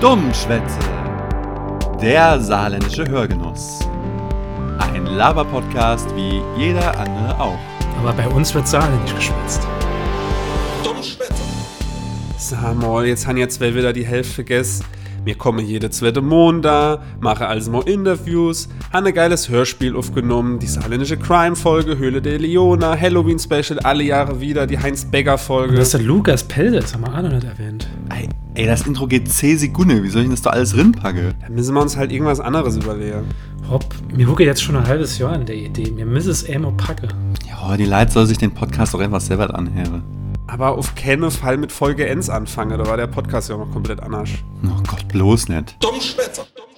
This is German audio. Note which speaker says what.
Speaker 1: Dummschwätze. Der saarländische Hörgenuss. Ein Laber-Podcast wie jeder andere auch.
Speaker 2: Aber bei uns wird saarländisch geschwätzt.
Speaker 3: Sag mal, jetzt haben ja zwei wieder die Hälfte vergessen. Mir kommen jede zweite Montag, mache also mal Interviews, habe ein geiles Hörspiel aufgenommen, die saarländische Crime-Folge, Höhle der Leona, Halloween-Special, alle Jahre wieder, die
Speaker 2: Und
Speaker 3: Heinz-Becker-Folge.
Speaker 2: das ist der Lukas Pell, das haben wir auch noch nicht erwähnt.
Speaker 1: Ey, ey, das Intro geht 10 Sekunden. Wie soll ich denn das da alles rinpacke?
Speaker 3: Da müssen wir uns halt irgendwas anderes überlegen.
Speaker 2: Hopp, mir gucke jetzt schon ein halbes Jahr an der Idee. Mir miss es Emo Packe.
Speaker 1: Ja, die Leute soll sich den Podcast doch einfach selber anhören.
Speaker 3: Aber auf keinen Fall mit Folge 1 anfangen, da war der Podcast ja noch komplett anders.
Speaker 1: Oh Gott, bloß nicht.
Speaker 4: Dummschwätzer. Dummschwätzer.